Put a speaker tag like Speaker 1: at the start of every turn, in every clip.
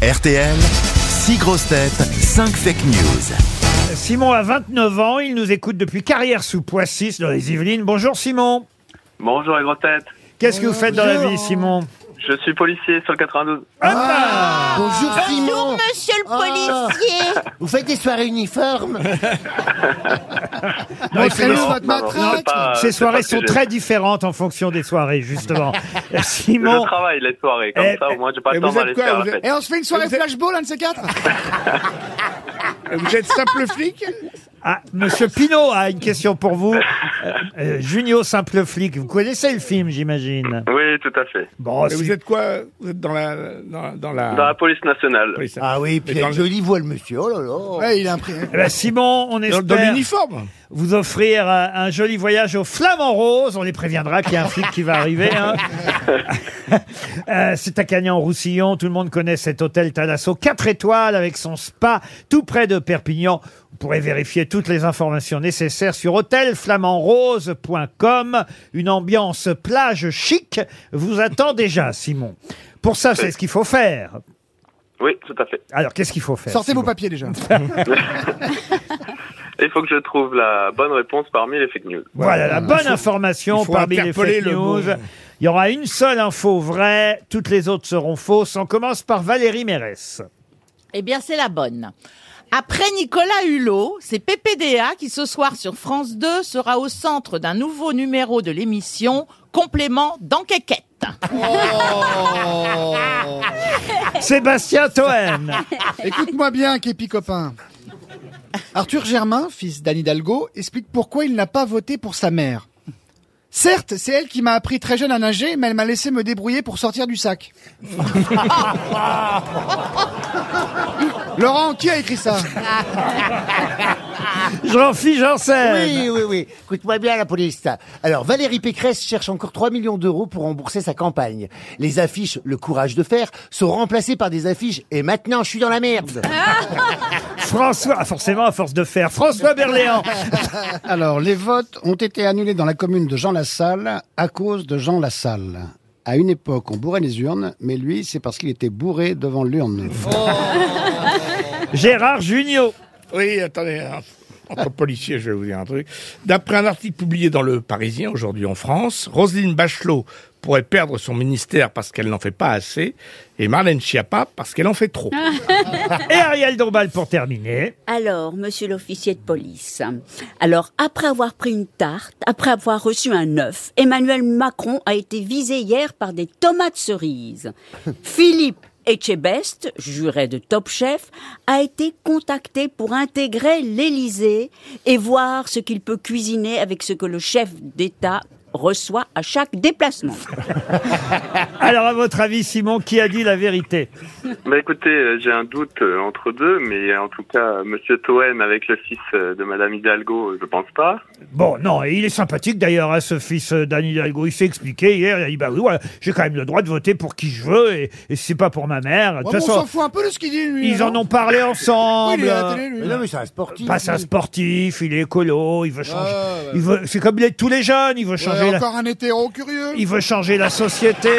Speaker 1: RTL, 6 grosses têtes, 5 fake news.
Speaker 2: Simon a 29 ans, il nous écoute depuis Carrière sous Poissis dans les Yvelines. Bonjour Simon.
Speaker 3: Bonjour les grosses têtes.
Speaker 2: Qu'est-ce que vous faites dans la vie Simon
Speaker 3: Je suis policier sur le 92.
Speaker 4: Bonjour
Speaker 5: Bonjour,
Speaker 4: Simon
Speaker 5: monsieur le
Speaker 4: Ah.
Speaker 5: policier.
Speaker 4: Vous faites des soirées uniformes Montrez-nous
Speaker 2: effectivement.
Speaker 4: votre
Speaker 3: Non, non, c'est
Speaker 4: matraque
Speaker 2: Ces
Speaker 3: pas- Ah, c'est pas
Speaker 2: soirées
Speaker 3: ce que
Speaker 2: sont
Speaker 3: j'ai.
Speaker 2: très différentes en fonction des soirées justement. Euh, Simon,
Speaker 3: Je travaille les soirées, comme
Speaker 2: Eh,
Speaker 3: ça au moins j'ai pas
Speaker 6: et
Speaker 3: le temps
Speaker 6: vous êtes
Speaker 3: d'aller
Speaker 6: quoi,
Speaker 3: faire la
Speaker 6: vous êtes-
Speaker 3: fête.
Speaker 4: Et on se fait une soirée flashball, un de ces quatre
Speaker 6: Vous êtes simple flic
Speaker 2: ah, Monsieur Pinault a une question pour vous. Euh, euh, Junio simple flic, vous connaissez le film j'imagine.
Speaker 3: Oui, tout à fait.
Speaker 2: Bon,
Speaker 6: Mais vous
Speaker 2: si-
Speaker 6: êtes quoi Vous êtes dans la. Dans la. Dans la...
Speaker 3: Oh, Dans la police nationale.
Speaker 6: police.
Speaker 4: Ah oui, puis
Speaker 6: Mais
Speaker 4: il a
Speaker 6: dans
Speaker 4: une
Speaker 6: le-
Speaker 4: jolie voix le monsieur, oh là là
Speaker 6: Ouais, il a un prix.
Speaker 2: Eh ben, Simon, on
Speaker 6: Dans,
Speaker 2: espère
Speaker 6: dans l'uniforme
Speaker 2: vous offrir euh, un, joli voyage au Flamand Rose. On les préviendra qu'il y a un flic qui va arriver. hein. Euh, c'est à Cagnan-Roussillon. Tout le monde connaît cet hôtel Thalasso. 4 étoiles avec son spa tout près de Perpignan. Vous pourrez vérifier toutes les informations nécessaires sur hôtelflamandrose.com. Une ambiance plage chic vous attend déjà, Simon. Pour ça, c'est ce qu'il faut faire.
Speaker 3: Oui, tout à fait.
Speaker 2: Alors, qu'est-ce qu'il faut faire
Speaker 6: Sortez
Speaker 2: Simon
Speaker 6: vos papiers déjà.
Speaker 3: Il faut que je trouve la bonne réponse parmi les fake news.
Speaker 2: Voilà la bonne information
Speaker 6: il faut
Speaker 2: parmi les
Speaker 6: interpeller
Speaker 2: fake
Speaker 6: le
Speaker 2: news.
Speaker 6: mot.
Speaker 2: Il y aura une seule info vraie, toutes les autres seront fausses. On commence par Valérie Mérès.
Speaker 5: Eh bien, c'est la bonne. Après Nicolas Hulot, c'est PPDA qui ce soir sur France 2 sera au centre d'un nouveau numéro de l'émission Complément d'enquête.
Speaker 2: Sébastien Toen.
Speaker 6: Écoute-moi bien, Képi copain.
Speaker 4: Arthur Germain, fils d'Anne Hidalgo, explique pourquoi il n'a pas voté pour sa mère. Certes, c'est elle qui m'a appris très jeune à nager, mais elle m'a laissé me débrouiller pour sortir du sac. Laurent, qui a écrit ça
Speaker 2: Jean-Philippe Janssen.
Speaker 7: Oui, oui, oui. Écoute-moi bien la police. Alors, Valérie Pécresse cherche encore 3 millions d'euros pour rembourser sa campagne. Les affiches Le courage de faire sont remplacées par des affiches Et maintenant, je suis dans la merde.
Speaker 6: Euh.
Speaker 2: François, ah, forcément à force de faire. François Berléand.
Speaker 8: Alors, les votes ont été annulés dans la commune de Jean Lassalle à cause de Jean Lassalle. À une époque, on bourrait les urnes, mais lui, c'est parce qu'il était bourré devant l'urne.
Speaker 6: Oh,
Speaker 2: Gérard Junior.
Speaker 6: Oui, attendez. hein. Entre policiers, je vais vous dire un truc. D'après un article publié dans Le Parisien, aujourd'hui en France, Roselyne Bachelot pourrait perdre son ministère parce qu'elle n'en fait pas assez, et Marlène Schiappa parce qu'elle en fait trop.
Speaker 2: Et Ariel Dombal pour terminer.
Speaker 9: Alors, monsieur l'officier de police, alors, après avoir pris une tarte, après avoir reçu un œuf, Emmanuel Macron a été visé hier par des tomates cerises. Philippe Etchebest, juré de Top Chef, a été contacté pour intégrer l'Élysée et voir ce qu'il peut cuisiner avec ce que le chef d'État reçoit à chaque déplacement.
Speaker 2: Alors à votre avis, Simon, qui a dit la vérité
Speaker 3: Bah écoutez, euh, j'ai un doute euh, entre deux, mais euh, en tout cas, euh, Monsieur Toen avec le fils euh, de Madame Hidalgo, euh, je pense pas.
Speaker 2: Bon, non, et il est sympathique d'ailleurs, à ce fils euh, d'Anne Hidalgo. Il s'est expliqué hier, il a dit, bah oui, voilà, j'ai quand même le droit de voter pour qui je veux, et, et si c'est pas pour ma mère. De toute
Speaker 6: Ouais, mais on
Speaker 2: façon,
Speaker 6: s'en fout un peu de ce qu'il dit, lui.
Speaker 2: Ils en
Speaker 6: non
Speaker 2: ont parlé
Speaker 6: Oui,
Speaker 2: ensemble.
Speaker 6: il est à la télé, lui.
Speaker 7: Mais non, mais c'est un sportif.
Speaker 2: Passe un sportif, il est écolo, il veut changer.
Speaker 6: Ouais, ouais.
Speaker 2: il veut, c'est comme les, tous les jeunes, il veut changer.
Speaker 6: Ouais,
Speaker 2: la,
Speaker 6: Euh, encore un hétéro curieux.
Speaker 2: Il veut changer la société.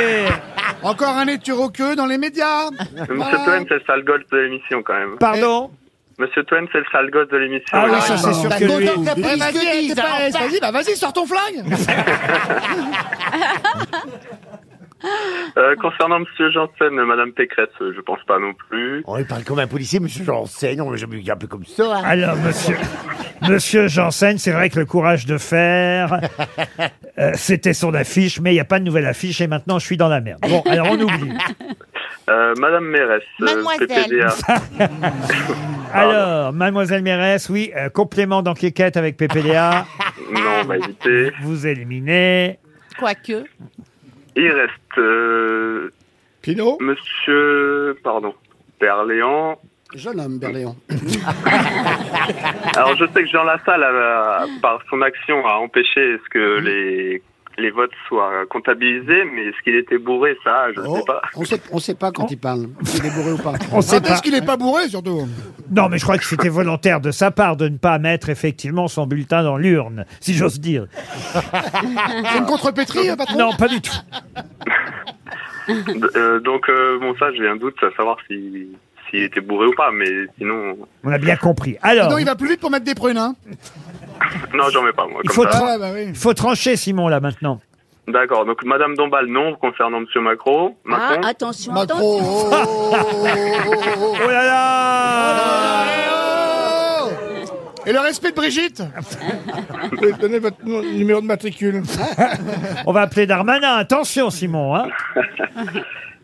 Speaker 6: Encore un hétéro curieux dans les médias.
Speaker 2: Ah.
Speaker 3: Mais Euh, Monsieur Toen, c'est le sale gosse de l'émission quand même.
Speaker 2: Pardon.
Speaker 3: Monsieur Toen, c'est le sale gosse de l'émission.
Speaker 2: Ah
Speaker 3: il
Speaker 2: oui,
Speaker 3: arrive.
Speaker 2: ça c'est sûr
Speaker 7: Bah,
Speaker 2: que lui.
Speaker 7: contente la
Speaker 6: Eh,
Speaker 7: police que
Speaker 6: vas-y,
Speaker 7: dise,
Speaker 6: t'es pas à l'aise,
Speaker 7: enfin.
Speaker 6: vas-y, bah, vas-y, sors ton flingue.
Speaker 3: Euh, concernant Monsieur Janssen, euh, Madame Pécresse, euh, je pense pas non plus.
Speaker 7: Oh, il parle comme un policier, monsieur Janssen. On l'a jamais vu un peu comme ça. hein.
Speaker 2: Alors monsieur, monsieur Janssen, c'est vrai que le courage de faire, euh, c'était son affiche, mais il n'y a pas de nouvelle affiche et maintenant je suis dans la merde. Bon, alors on oublie.
Speaker 3: Euh, Madame Mérès, euh,
Speaker 5: Mademoiselle.
Speaker 3: PPDA.
Speaker 2: Alors, mademoiselle Mérès, oui, euh, complément d'enquête avec PPDA,
Speaker 3: Non, on va éviter.
Speaker 2: vous éliminez.
Speaker 5: Quoique.
Speaker 3: Il reste euh,
Speaker 6: Pino
Speaker 3: Monsieur, pardon, Berléand.
Speaker 8: Jeune homme, Berléon.
Speaker 3: Alors je sais que Jean Lassalle, a- a- par son action, a empêché ce que
Speaker 2: Mhm.
Speaker 3: les les votes soient comptabilisés, mais est-ce qu'il était bourré, ça, je ne
Speaker 2: Oh.
Speaker 3: sais pas.
Speaker 8: on sait, on sait pas quand il parle, s'il est bourré ou pas.
Speaker 2: On sait
Speaker 6: Quand
Speaker 2: pas.
Speaker 6: est-ce qu'il est pas bourré, surtout
Speaker 2: Non, mais je crois que c'était volontaire de sa part de ne pas mettre effectivement son bulletin dans l'urne, si j'ose dire.
Speaker 6: C'est une contrepétrie, euh, patron
Speaker 2: Non, pas du tout.
Speaker 3: Euh, donc, euh, bon, ça, j'ai un doute à savoir si- s'il était bourré ou pas, mais sinon.
Speaker 2: On a bien compris. Alors,
Speaker 4: Sinon, il va plus vite pour mettre des prunes, hein.
Speaker 3: Non, j'en mets pas, moi.
Speaker 2: il
Speaker 3: Comme
Speaker 2: faut,
Speaker 3: ça.
Speaker 2: tran-
Speaker 4: Ouais, bah oui.
Speaker 2: il faut trancher, Simon, là, maintenant.
Speaker 3: D'accord, donc Madame Dombal, non, concernant Monsieur Macron.
Speaker 9: Ah,
Speaker 3: Macron.
Speaker 9: attention,
Speaker 4: Macron.
Speaker 9: attention.
Speaker 4: oh, oh, oh, oh,
Speaker 2: Oh là là
Speaker 4: oh, oh. Et le respect de Brigitte
Speaker 6: Vous pouvez donner votre nu- numéro de matricule.
Speaker 2: On va appeler Darmanin. Attention, Simon. Hein.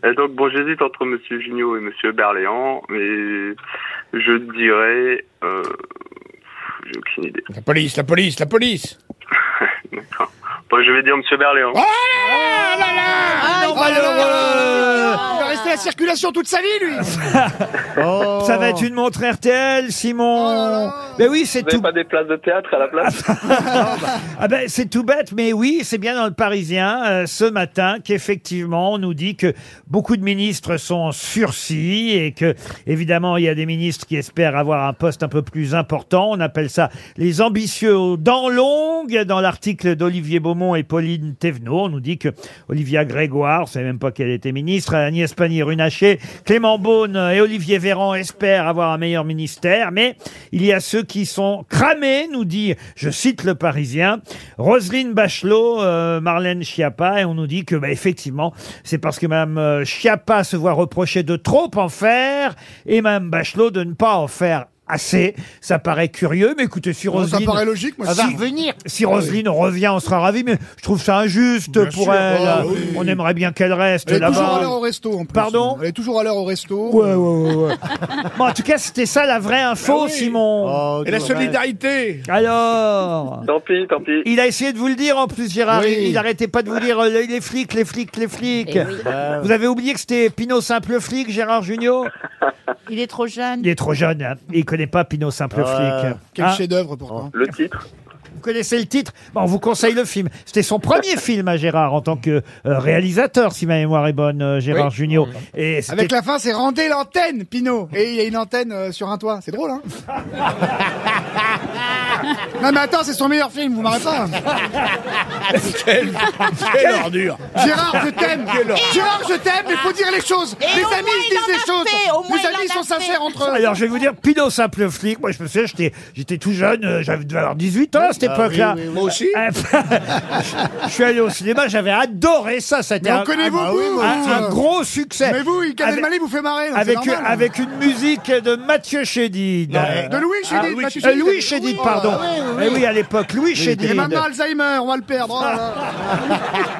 Speaker 3: Et Eh, donc, bon, j'hésite entre Monsieur Junio et Monsieur Berléand, mais je dirais. Euh... pff, J'ai aucune idée.
Speaker 6: La police, la police, la police.
Speaker 3: D'accord. Bon, je vais dire Monsieur Berléand.
Speaker 4: Oh Ah,
Speaker 2: Non, malheureux
Speaker 4: Il va rester à la circulation toute sa vie, lui
Speaker 2: Ça va être une montre RTL,
Speaker 4: Oh
Speaker 2: Simon. Mais oui, c'est
Speaker 3: Vous n'avez
Speaker 2: tout.
Speaker 3: pas des places de théâtre à la place
Speaker 2: Ah ben, c'est tout bête, mais oui, c'est bien dans le Parisien euh, ce matin qu'effectivement on nous dit que beaucoup de ministres sont en sursis et que évidemment il y a des ministres qui espèrent avoir un poste un peu plus important. On appelle ça les ambitieux aux dents longues. Dans l'article d'Olivier Beaumont et Pauline Thévenot, on nous dit que Olivia Grégoire, on ne savait même pas qu'elle était ministre, Agnès Pannier-Runacher, Clément Beaune et Olivier Véran espèrent avoir un meilleur ministère, mais il y a ceux qui sont cramés, nous dit, je cite le Parisien, Roselyne Bachelot, euh, Marlène Schiappa, et on nous dit que, bah, effectivement, c'est parce que Mme euh, Schiappa se voit reprocher de trop en faire et Mme Bachelot de ne pas en faire assez. Ça paraît curieux, mais écoutez, si
Speaker 4: Oh, Ça
Speaker 2: Roselyne...
Speaker 4: paraît logique, moi.
Speaker 2: Ah,
Speaker 4: je-
Speaker 2: va revenir. Si Roselyne revient, on sera ravis, mais je trouve ça injuste
Speaker 6: Bien
Speaker 2: pour
Speaker 6: sûr,
Speaker 2: elle.
Speaker 6: ah oui.
Speaker 2: On aimerait bien qu'elle reste
Speaker 4: Elle est toujours à l'heure
Speaker 2: là-bas.
Speaker 4: au resto, en plus.
Speaker 2: Pardon
Speaker 4: Elle est toujours à l'heure au resto.
Speaker 2: Ouais, ouais, ouais, ouais. Bon, en tout cas, c'était ça la vraie info,
Speaker 6: Ah oui.
Speaker 2: Simon.
Speaker 7: Oh,
Speaker 6: Et la solidarité.
Speaker 2: Alors,
Speaker 3: Tant pis, tant pis.
Speaker 2: il a essayé de vous le dire en plus, Gérard.
Speaker 8: Oui.
Speaker 2: Il n'arrêtait pas de vous dire euh, les les flics, les flics, les flics.
Speaker 5: Eh oui.
Speaker 2: Vous avez oublié que c'était Pinot Simple Flic, Gérard Junior
Speaker 5: Il est trop jeune.
Speaker 2: Il est trop jeune, hein. il connaît pas Pinot Simple Flic.
Speaker 4: Quel
Speaker 2: Hein
Speaker 4: chef-d'œuvre, pourtant.
Speaker 3: Le titre
Speaker 2: Vous connaissez le titre Bon, On vous conseille le film. C'était son premier film à Gérard en tant que euh, réalisateur, si ma mémoire est bonne, euh, Gérard Junior. Et c'était-
Speaker 4: Avec la fin, c'est rendez l'antenne, Pinot. Et il y a une antenne euh, sur un toit. C'est drôle, hein Non, mais attends, c'est son meilleur film, vous m'arrêtez pas.
Speaker 6: Quelle, quelle ordure.
Speaker 4: Gérard, je t'aime. Gérard, je t'aime, mais faut dire les choses. les
Speaker 5: au moins,
Speaker 4: amis, ils
Speaker 5: il en
Speaker 4: disent les
Speaker 5: a
Speaker 4: choses.
Speaker 5: fait, au moins,
Speaker 4: les
Speaker 5: il
Speaker 4: amis,
Speaker 5: en
Speaker 4: ils
Speaker 5: a
Speaker 4: sont
Speaker 5: fait.
Speaker 4: sincères entre eux.
Speaker 2: Alors je vais vous dire, Pinot Simple Flic, moi je me souviens, j'étais, j'étais tout jeune, euh, j'avais dû avoir 18 ans à
Speaker 4: Ah
Speaker 2: cette époque-là.
Speaker 6: Moi aussi.
Speaker 2: Euh, je suis allé au cinéma, j'avais adoré ça, c'était
Speaker 4: Mais on
Speaker 2: un,
Speaker 4: connaît vous,
Speaker 2: un-
Speaker 4: vous,
Speaker 2: un-
Speaker 4: vous,
Speaker 2: un
Speaker 4: euh,
Speaker 2: gros succès.
Speaker 4: Mais vous, il
Speaker 2: Avec-
Speaker 4: Malé vous fait marrer. là, hein, c'est
Speaker 2: avec,
Speaker 4: normal.
Speaker 2: avec une musique de Mathieu Chédid. Euh,
Speaker 4: De Louis Chédid.
Speaker 6: Louis
Speaker 4: Mathieu
Speaker 2: euh, Louis Chédid,
Speaker 4: Oui,
Speaker 2: pardon.
Speaker 4: voilà, ouais, ouais.
Speaker 2: Eh oui, à l'époque, Louis
Speaker 4: Et
Speaker 2: Chédid.
Speaker 4: maintenant Alzheimer, on va le perdre. Oh là là.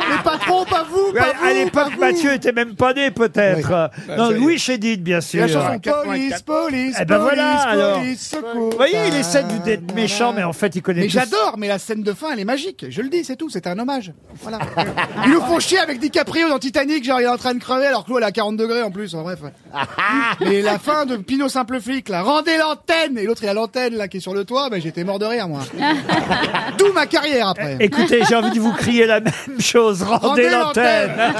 Speaker 4: Les patrons, pas vous,
Speaker 2: Ouais,
Speaker 4: pas vous.
Speaker 2: à l'époque,
Speaker 4: pas vous.
Speaker 2: Mathieu était même pas né, peut-être.
Speaker 6: ça
Speaker 2: non,
Speaker 6: y est.
Speaker 2: Louis Chédid, bien sûr.
Speaker 4: La chanson
Speaker 6: 84.
Speaker 4: Police, Police,
Speaker 2: euh, Eh ben voilà,
Speaker 4: Police,
Speaker 2: alors.
Speaker 4: Police, secours. Ah.
Speaker 2: Vous voyez, il essaie de- d'être méchant, mais en fait, il connaît
Speaker 4: Mais
Speaker 2: tous-
Speaker 4: j'adore, mais la scène de fin, elle est magique. Je le dis, c'est tout, c'est un hommage. Voilà. Ils nous font chier avec DiCaprio dans Titanic, genre il est en train de crever alors que l'eau elle est à 40 degrés en plus, en bref. Mais la fin de Pinot Simple Flic, là, rendez l'antenne Et l'autre il a l'antenne là qui est sur le toit, ben j'étais mort de rire moi. D'où ma carrière après.
Speaker 2: Écoutez, j'ai envie de vous crier la même chose. Rendez
Speaker 4: Rendez
Speaker 2: l'antenne.